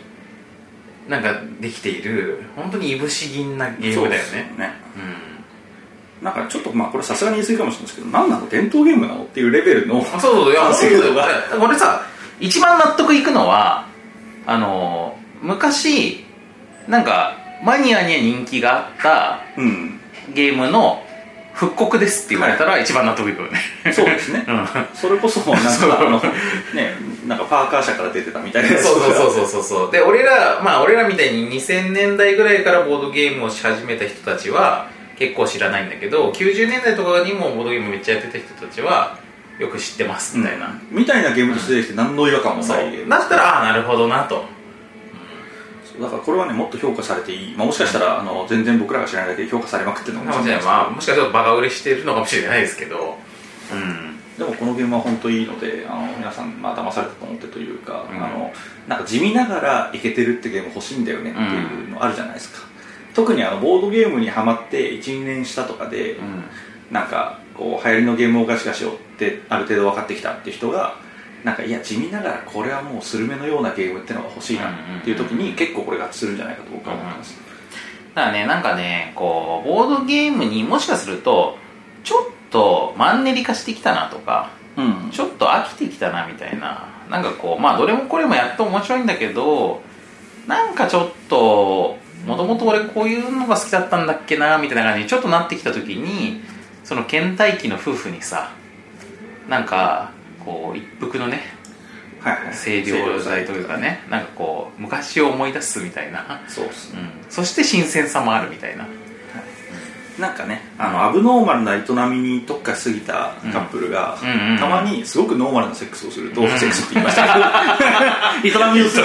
Speaker 2: なんかできている本当にいぶし銀なゲームだよ
Speaker 3: そうです
Speaker 2: ねうん
Speaker 3: なんかちょっとまあこれさすがに言い過ぎかもしれないですけど何なの伝統ゲームなのっていうレベル の
Speaker 2: あそうそうそういや
Speaker 3: 完
Speaker 2: そう
Speaker 3: 成
Speaker 2: だ
Speaker 3: 度
Speaker 2: よ
Speaker 3: が
Speaker 2: だから俺さ一番納得いくのはあの昔なんかマニアには人気があった
Speaker 3: うん
Speaker 2: ゲームの復刻ですって言われたら一番納得いくよね、
Speaker 3: そうですね
Speaker 2: うん
Speaker 3: それこそなん
Speaker 2: そう
Speaker 3: かあのねなんかパーカー社から出てたみたいなやつ
Speaker 2: そうそうそうそうそうそうで俺らまあ俺らみたいに2000年代ぐらいからボードゲームをし始めた人たちは結構知らないんだけど90年代とかにもボードゲームめっちゃやってた人たちはよく知ってますみたいな、
Speaker 3: うんみたいなゲームとしてできて何の違和感も
Speaker 2: そ
Speaker 3: ないう
Speaker 2: だったらああなるほどなと
Speaker 3: そうだからこれはねもっと評価されていい、まあ、もしかしたらあの全然僕らが知らないだけで評価されまくってるのかも
Speaker 2: なの
Speaker 3: し
Speaker 2: で
Speaker 3: れないですけど
Speaker 2: まあもしかしたらバカ売れしてるのかもしれないですけどうん
Speaker 3: でもこのゲームは本当にいいのであの皆さん、まあ騙されたと思ってというか、
Speaker 2: うん
Speaker 3: あのなんか地味ながらいけてるってゲーム欲しいんだよねっていうのあるじゃないですか、特にあのボードゲームにはまって12年したとかで、
Speaker 2: うん
Speaker 3: なんかこう流行りのゲームをガシガシ追ってある程度分かってきたっていう人がなんかいや地味ながらこれはもうスルメのようなゲームってのが欲しいなっていう時に結構これがするんじゃないかと僕は思ってます、
Speaker 2: だからねなんかねこうボードゲームにもしかするとちょっとマンネリ化してきたなとか
Speaker 3: うん
Speaker 2: ちょっと飽きてきたなみたいななんかこうまあどれもこれもやっと面白いんだけどなんかちょっともともと俺こういうのが好きだったんだっけなみたいな感じにちょっとなってきた時にその倦怠期の夫婦にさなんかこう一服のね
Speaker 3: はいは
Speaker 2: 清
Speaker 3: い
Speaker 2: 涼剤というかねなんかこう昔を思い出すみたいな、
Speaker 5: そうっす
Speaker 2: う
Speaker 5: ね
Speaker 2: ん、そして新鮮さもあるみたいな
Speaker 3: なんかねあのアブノーマルな営みに特化しすぎたカップルが、
Speaker 2: うんうんうん
Speaker 3: たまにすごくノーマルなセックスをすると、
Speaker 2: うん
Speaker 3: セックスって言いましたけど営みをする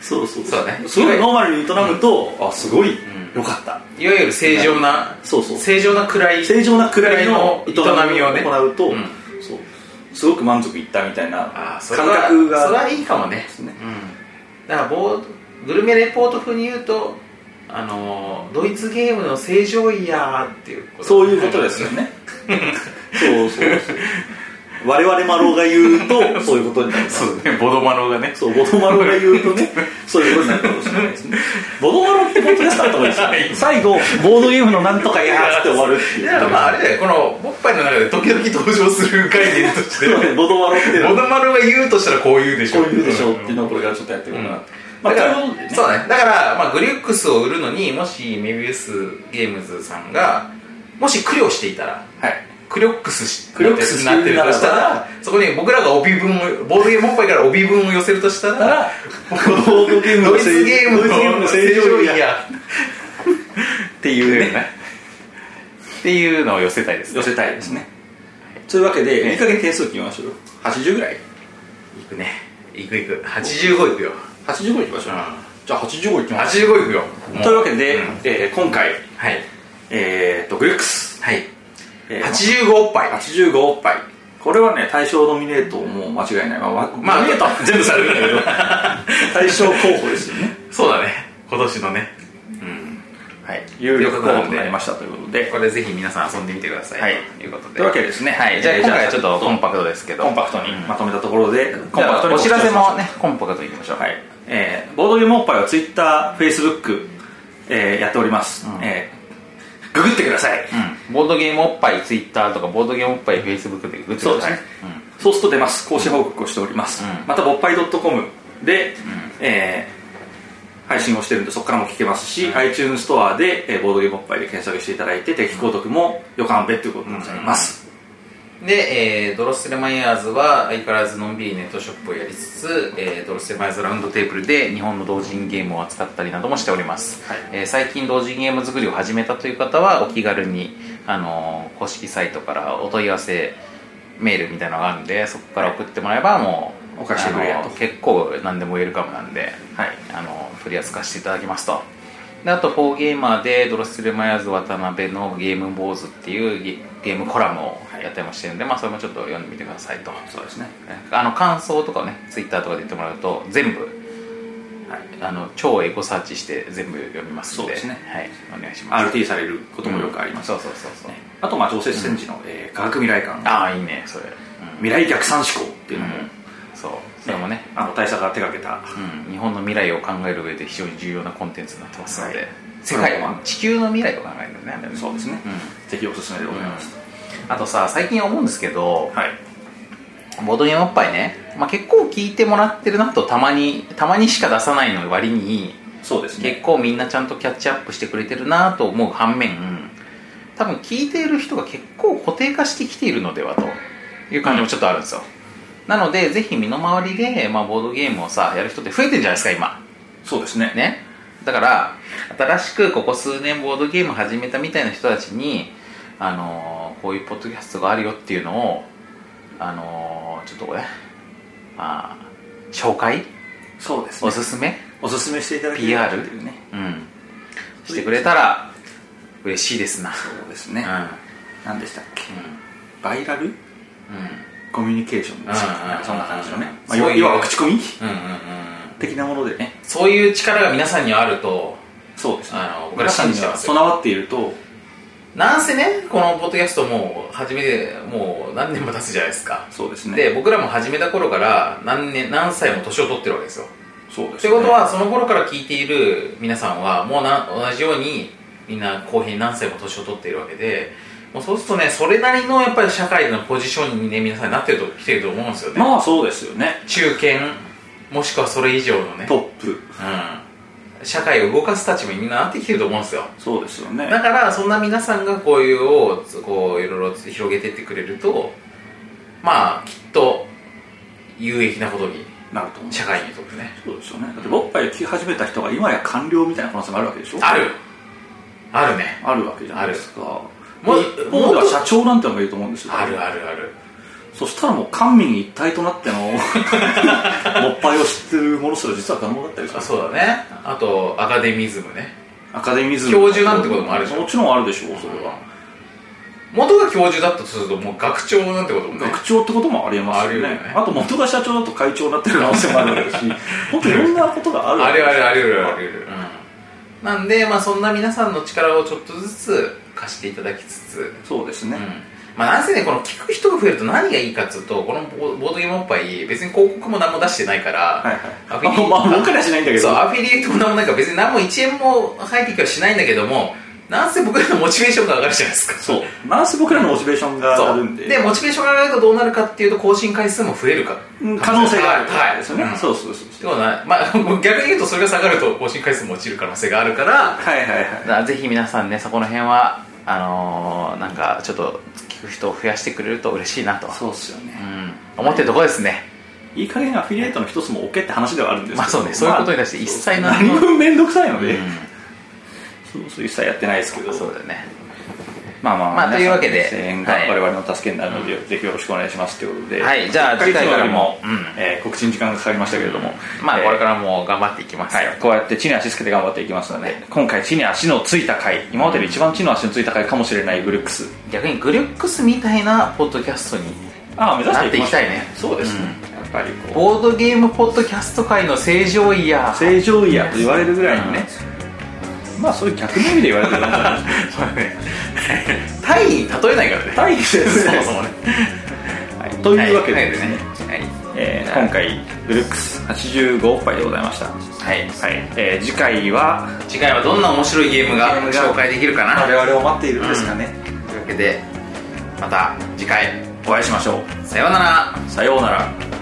Speaker 3: そうそ う
Speaker 2: そうね
Speaker 3: すごいノーマルに営むと、あすごい、
Speaker 2: うん
Speaker 3: よかった
Speaker 2: いわゆる正常な
Speaker 3: そうそう
Speaker 2: 正常な暗い
Speaker 3: 正常なくらいの営
Speaker 2: 営
Speaker 3: み
Speaker 2: み
Speaker 3: を
Speaker 2: をね
Speaker 3: 行うと、
Speaker 2: うん
Speaker 3: そうすごく満足いったみたいな
Speaker 2: あーそれ
Speaker 3: 感
Speaker 2: は
Speaker 3: 覚が
Speaker 2: それはいいかもね
Speaker 3: ですね
Speaker 2: うん、だからボードグルメレポート風に言うとあのードイツゲームの正常位やーっていうこと
Speaker 3: そういうことですよねそうそうそう我々マロが言う とそういうことにな る
Speaker 2: そうねボドマロがね
Speaker 3: そう、ボドマロが言うとね、そういうことになるかもしれないですね。ボドマロって本当にスタートがいいですね。最後、ボードゲームのなんとかやーっつって終わるっていう。
Speaker 2: だからまああれだよこのおっぱいの中で時々登場する概念とし
Speaker 3: そう
Speaker 2: て
Speaker 3: ねボドマロっての
Speaker 2: ボ
Speaker 3: は、
Speaker 2: ドマロが言うとしたらこう言うでし
Speaker 3: こ
Speaker 2: ょ
Speaker 3: ういうでしょうっていうのをこれからちょっとやっていこうかなと。まあ、
Speaker 2: だか
Speaker 3: という
Speaker 2: ら、
Speaker 3: ことでね
Speaker 2: そうだねだから、まあ、グリュックスを売るのにもしメビウスゲームズさんがもし苦慮していたら
Speaker 3: はい。
Speaker 2: クリョックスし
Speaker 3: クリョックス
Speaker 2: になってるとしたらそこに僕らが帯分をボードゲームおっぱいから帯分を寄せるとした
Speaker 3: だからら、ボードゲーム
Speaker 2: ド
Speaker 3: の
Speaker 2: イツゲーム
Speaker 3: ドイツゲーム
Speaker 2: の
Speaker 3: の
Speaker 2: 正
Speaker 3: 正
Speaker 2: 常
Speaker 3: 常
Speaker 2: 位
Speaker 3: 位や
Speaker 2: や
Speaker 3: っていうね、
Speaker 2: っていうのを寄せたいです
Speaker 3: 寄せたいですね。というわけで、いい加減点数決めましょうよ。80ぐらい
Speaker 2: いくねいくいく85いくよ
Speaker 3: ?85 いきましょう。じゃあ85いきましょ
Speaker 2: 85いくよ
Speaker 3: う。というわけで、
Speaker 2: うん
Speaker 3: えー今回、
Speaker 2: はい
Speaker 3: えーっと、グリックス。
Speaker 2: はい
Speaker 3: えー
Speaker 2: 85おっぱい
Speaker 3: 85おっぱいこれはね大賞ノミネートも間違いないまあ、ま
Speaker 2: まあ
Speaker 3: ノミネー トは全部されるんだけど大賞候補ですよね
Speaker 2: そうだね今年のねうんはい
Speaker 3: 有力候
Speaker 2: と
Speaker 3: 補に
Speaker 2: いうこと
Speaker 3: なり
Speaker 2: で
Speaker 3: ましたということで
Speaker 2: これぜひ皆さん遊んでみてください、
Speaker 3: はい
Speaker 2: ということで
Speaker 3: というわけでですね
Speaker 2: はい、じゃあ
Speaker 3: えー
Speaker 2: 今回はちょっとコンパクトですけど
Speaker 3: コンパクトにまとめたところで、
Speaker 2: コ
Speaker 3: コン
Speaker 2: ンパ
Speaker 3: パ
Speaker 2: クト
Speaker 3: クト
Speaker 2: に
Speaker 3: に
Speaker 2: お知らせ
Speaker 3: しましょ
Speaker 2: も
Speaker 3: う
Speaker 2: ねコンパクトにいきましょう
Speaker 3: はいえーボードゲームおっぱいはツイッターフェイスブック、えーやっております、
Speaker 2: ん
Speaker 3: えーググってください、
Speaker 2: うんボードゲームおっぱいツイッターとかボードゲームおっぱいフェイスブックで打ってください
Speaker 3: そうですねそうすると出ます更新報告をしております、
Speaker 2: うん
Speaker 3: また勃発 .com で、えー配信をしてるんでそこからも聞けますし、iTunes ストアで、えーボードゲームおっぱいで検索していただいて定期購読も予感べということになります、
Speaker 2: うんで、えードロッセルマイヤーズは相変わらずのんびりネットショップをやりつつ、えードロッセルマイヤーズラウンドテーブルで日本の同人ゲームを扱ったりなどもしております、
Speaker 3: はい
Speaker 2: えー最近同人ゲーム作りを始めたという方はお気軽に、あのー公式サイトからお問い合わせメールみたいなのがあるんでそこから送ってもらえばもう
Speaker 3: お返ししてくれやと
Speaker 2: あのー結構何でもウェルカムなんで
Speaker 3: はい
Speaker 2: あの取り扱わせていただきますとであとフォーゲーマーでドロッセルマイヤーズ渡辺のゲーム坊主っていうゲゲームコラムをやったりもしてるんで、まあそれもちょっと読んでみてくださいと
Speaker 3: そうですね
Speaker 2: あの感想とかをねツイッターとかで言ってもらうと全部
Speaker 3: はい
Speaker 2: あの超エゴサーチして全部読みますんで
Speaker 3: そうですね
Speaker 2: はいお願いします
Speaker 3: RT されることもよくあります、
Speaker 2: そうそうそうそう、
Speaker 3: あとまあ常設展示の、えー科学未来館
Speaker 2: ああいいねそれ、
Speaker 3: 未来逆算思考っていうのも、
Speaker 2: うんそうそれもね、
Speaker 3: あの大佐が手掛けた
Speaker 2: うん、日本の未来を考える上で非常に重要なコンテンツになってますので、
Speaker 3: はい
Speaker 2: 世界は地球の未来を考えるんだよねあれね
Speaker 3: そうですね、
Speaker 2: うん
Speaker 3: ぜひおすすめでございます、
Speaker 2: あとさ最近思うんですけど、
Speaker 3: はい
Speaker 2: ボードゲームおっぱいね、まあ、結構聞いてもらってるなとたまにたまにしか出さないの割に
Speaker 3: そうですね
Speaker 2: 結構みんなちゃんとキャッチアップしてくれてるなと思う反面多分聞いている人が結構固定化してきているのではという感じもちょっとあるんですよ、なのでぜひ身の回りで、まあ、ボードゲームをさやる人って増えてるんじゃないですか今
Speaker 3: そうですね
Speaker 2: ねだから新しくここ数年ボードゲーム始めたみたいな人たちにあのーこういうポッドキャストがあるよっていうのをあのーちょっとこれまあ紹介
Speaker 3: そうです
Speaker 2: お
Speaker 3: ね
Speaker 2: すすめ
Speaker 3: おすすめしていただけ
Speaker 2: PR
Speaker 3: っていうね
Speaker 2: うんしてくれたら嬉しいですな
Speaker 3: そうですね、
Speaker 2: うん
Speaker 3: 何でしたっけ
Speaker 2: う
Speaker 3: バイラル
Speaker 2: んうん
Speaker 3: コミュニケーションですよね
Speaker 2: うんうん
Speaker 3: そんな感じのね、ま
Speaker 2: そ
Speaker 3: あ、
Speaker 2: ういう
Speaker 3: 要要は口コ
Speaker 2: う
Speaker 3: ミ
Speaker 2: んうんうん
Speaker 3: 的なものでね
Speaker 2: そういう力が皆さんにあると
Speaker 3: そうですね
Speaker 2: あの僕ら
Speaker 3: 皆さん
Speaker 2: 信
Speaker 3: に
Speaker 2: じて
Speaker 3: は
Speaker 2: ますよ
Speaker 3: 備わっていると
Speaker 2: なんせねこのポッドキャストもう初めてもう何年も経つじゃないですか
Speaker 3: そうですね
Speaker 2: で僕らも始めた頃から何年何歳も年を取ってるわけですよ
Speaker 3: そうで
Speaker 2: ってことはその頃から聞いている皆さんはもうな同じようにみんな公平に何歳も年を取っているわけでもうそうするとねそれなりのやっぱり社会のポジションにね皆さんなってると来てると思うんですよね、
Speaker 3: まあそうですよね
Speaker 2: 中堅もしくはそれ以上のね、
Speaker 3: トップ
Speaker 2: うん、社会を動かす立場にみんななってきてると思うんですよ
Speaker 3: そうですよね
Speaker 2: だからそんな皆さんがこういうをこういろいろ広げてってくれるとまあきっと有益なことに
Speaker 3: なると思う
Speaker 2: 社会にとってね
Speaker 3: そうですよねだってボッパイを聞き始めた人が今や官僚みたいな可能性もあるわけでしょ
Speaker 2: あるあるね
Speaker 3: あるわけじゃないですか
Speaker 2: もう
Speaker 3: 日本では社長なんてのがいると思うんですよ
Speaker 2: あるあるある
Speaker 3: そしたらもう官民一体となっての もっぱいを知ってるものすら実は可能だったりす
Speaker 2: あ
Speaker 3: る
Speaker 2: そうだねあとアカデミズムね
Speaker 3: アカデミズム
Speaker 2: 教授なんてこともあるじゃん
Speaker 3: もちろんあるでしょうそれは
Speaker 2: 元が教授だったとするともう学長なんてこともね
Speaker 3: 学長ってこともありえますよね
Speaker 2: あるよね
Speaker 3: あと元が社長だと会長になってる可能性もあるわけだ し本当いろんなことがある
Speaker 2: あ
Speaker 3: わけ
Speaker 2: れ
Speaker 3: です
Speaker 2: あれあれあれあれ、うん、なんでまあそんな皆さんの力をちょっとずつ貸していただきつつ
Speaker 3: そうですね、
Speaker 2: まあなんせねこの聞く人が増えると何がいいかっつうとこのボボードゲームおっぱい別に広告も何も出してないから、
Speaker 3: はい
Speaker 2: アフィ
Speaker 3: はい
Speaker 2: リエイト
Speaker 3: まあ僕らしないんだけど
Speaker 2: そうアフィリエイトも何もないから別に何も1円も入ってきはしないんだけどもなんせ僕らのモチベーションが上がるじゃないですか
Speaker 3: そうなんせ僕らのモチベーションがあ
Speaker 2: そ
Speaker 3: る
Speaker 2: うん
Speaker 3: で
Speaker 2: でモチベーションが上がるとどうなるかっていうと更新回数も増えるか
Speaker 3: うん可能性がある
Speaker 2: はい
Speaker 3: ですよね、
Speaker 2: はい
Speaker 3: そうそうそう
Speaker 2: ってことはまあ逆に言うとそれが下がると更新回数も落ちる可能性があるから
Speaker 3: はいはいはい
Speaker 2: だからぜひ皆さんねそこの辺はあのーなんかちょっと聞く人を増やしてくれると嬉しいなと
Speaker 3: そうっすよね
Speaker 2: うん思ってるとこですね
Speaker 3: いい加減アフィリエイトの一つも置けって話ではあるんですけど
Speaker 2: まあそうねそういうことに対して一切
Speaker 3: まあ
Speaker 2: 何も
Speaker 3: 何分面倒くさいので、
Speaker 2: う
Speaker 3: そうそう一切やってないですけど
Speaker 2: んそうだよね
Speaker 3: まあまあ、
Speaker 2: まあというわけで
Speaker 3: 皆さんの声援が
Speaker 2: はい
Speaker 3: 我々の助けになるので、ぜひよろしくお願いしますということで、
Speaker 2: はいじゃあ
Speaker 3: 1ヶ月
Speaker 2: 次回からも
Speaker 3: より
Speaker 2: うん
Speaker 3: えー告知に時間がかかりましたけれども、
Speaker 2: まあ
Speaker 3: えー
Speaker 2: これからも頑張っていきますよ
Speaker 3: はい、こうやって地に足つけて頑張っていきますので、今回地に足のついた回今までで一番地の足のついた回かもしれないグルックス
Speaker 2: 逆にグリュックスみたいなポッドキャストに
Speaker 3: ああ目指していましょう
Speaker 2: なっていきたいね
Speaker 3: そうですね、やっぱりこ
Speaker 2: ボ
Speaker 3: う
Speaker 2: ードゲームポッドキャスト界の正常位や
Speaker 3: 正常位やと言われるぐらいにね、まあそういう逆の意味で言われてるんじゃないですか
Speaker 2: タ イに例えないからね
Speaker 3: 大義です
Speaker 2: そ
Speaker 3: ね
Speaker 2: もそもね
Speaker 3: はい、というわけで
Speaker 2: はい
Speaker 3: ですね、
Speaker 2: はい
Speaker 3: えー今回グルックス85おっぱいでございました、は
Speaker 2: はい
Speaker 3: いえー次回は
Speaker 2: 次回はどんな面白いゲームが紹介できるかな
Speaker 3: 我々を待っているんですかね、
Speaker 2: というわけでまた次回
Speaker 3: お会いしましょ
Speaker 2: さようなら
Speaker 3: うさようなら